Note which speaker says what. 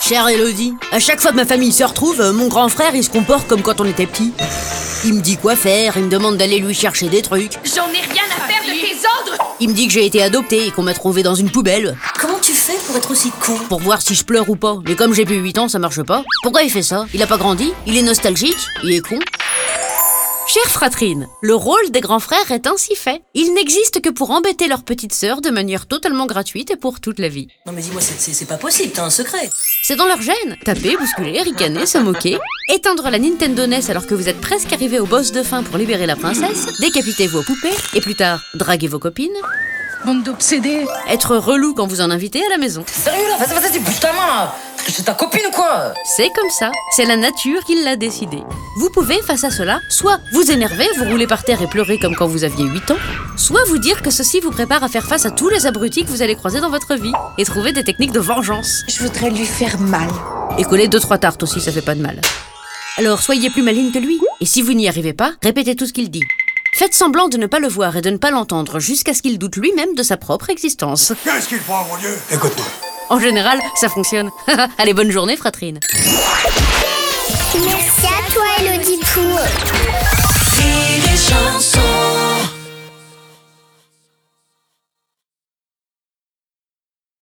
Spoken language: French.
Speaker 1: Chère Elodie, à chaque fois que ma famille se retrouve, euh, mon grand frère il se comporte comme quand on était petit. Il me dit quoi faire, il me demande d'aller lui chercher des trucs.
Speaker 2: J'en ai rien à faire de tes ordres
Speaker 1: Il me dit que j'ai été adoptée et qu'on m'a trouvée dans une poubelle
Speaker 3: Comment tu fais pour être aussi con
Speaker 1: pour voir si je pleure ou pas. Mais comme j'ai plus 8 ans, ça marche pas. Pourquoi il fait ça Il a pas grandi Il est nostalgique Il est con
Speaker 4: Chère fratrine, le rôle des grands frères est ainsi fait. Ils n'existent que pour embêter leur petite sœur de manière totalement gratuite et pour toute la vie.
Speaker 3: Non mais dis-moi, c'est- c'est c'est pas possible, t'as un secret.
Speaker 4: C'est dans leur gène. Taper, bousculer, ricaner, se moquer, éteindre la Nintendo NES alors que vous êtes presque arrivé au boss de fin pour libérer la princesse, décapiter vos poupées, et plus tard, draguer vos copines,
Speaker 2: Bande d'obsédés
Speaker 4: être relou quand vous en invitez à la maison.
Speaker 3: Sérieux là, vas-y, vas-y, bouge ta main là C'est ta copine ou quoi
Speaker 4: C'est comme ça, c'est la nature qui l'a décidé. Vous pouvez, face à cela, soit vous énerver, vous rouler par terre et pleurer comme quand vous aviez 8 ans, soit vous dire que ceci vous prépare à faire face à tous les abrutis que vous allez croiser dans votre vie et trouver des techniques de vengeance.
Speaker 2: Je voudrais lui faire mal.
Speaker 4: Et coller deux trois tartes aussi, ça fait pas de mal. Alors soyez plus maligne que lui, et si vous n'y arrivez pas, répétez tout ce qu'il dit. Faites semblant de ne pas le voir et de ne pas l'entendre jusqu'à ce qu'il doute lui-même de sa propre existence.
Speaker 5: Qu'est-ce qu'il prend, mon Dieu Écoute-moi.
Speaker 4: En général, ça fonctionne. Allez, bonne journée, fratrine.
Speaker 6: Merci